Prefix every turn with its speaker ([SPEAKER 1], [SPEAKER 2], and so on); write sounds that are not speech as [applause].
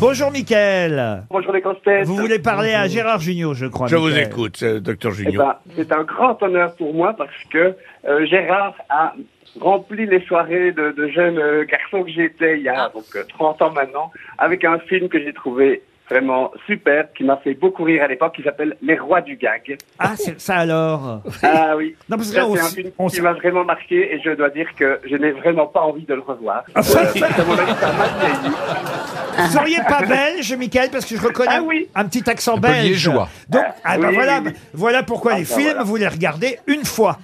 [SPEAKER 1] Bonjour Mickaël.
[SPEAKER 2] Bonjour les grosses têtes.
[SPEAKER 1] Vous voulez parler à Gérard Junior, je crois.
[SPEAKER 3] Je vous
[SPEAKER 1] Michael.
[SPEAKER 3] écoute, euh, docteur
[SPEAKER 2] Eh
[SPEAKER 3] Junior.
[SPEAKER 2] ben, c'est un grand honneur pour moi parce que euh, Gérard a rempli les soirées de, de jeune euh, garçon que j'étais il y
[SPEAKER 1] Ah.
[SPEAKER 2] a donc euh, 30 ans maintenant avec un film que j'ai trouvé vraiment superbe qui m'a fait beaucoup rire à l'époque qui s'appelle Les Rois
[SPEAKER 1] [laughs]
[SPEAKER 2] du Gag.
[SPEAKER 1] Ah, c'est ça alors.
[SPEAKER 2] Ah oui.
[SPEAKER 1] Non, parce que
[SPEAKER 2] Ça,
[SPEAKER 1] là, on
[SPEAKER 2] c'est un
[SPEAKER 1] s-
[SPEAKER 2] film
[SPEAKER 1] on
[SPEAKER 2] qui
[SPEAKER 1] s-
[SPEAKER 2] m'a vraiment marqué et je dois dire que je n'ai vraiment pas envie de le revoir. Euh, ça m'a ça m'a vieilli.
[SPEAKER 1] Ah, Vous seriez pas belge, Michael, parce que je reconnais
[SPEAKER 2] Ah oui.
[SPEAKER 1] un petit accent belge.
[SPEAKER 4] Liégeois.
[SPEAKER 1] Donc, ah ben
[SPEAKER 2] oui,
[SPEAKER 1] voilà,
[SPEAKER 2] oui, oui.
[SPEAKER 1] voilà pourquoi les
[SPEAKER 2] ben
[SPEAKER 1] films,
[SPEAKER 2] voilà.
[SPEAKER 1] vous les regardez une fois.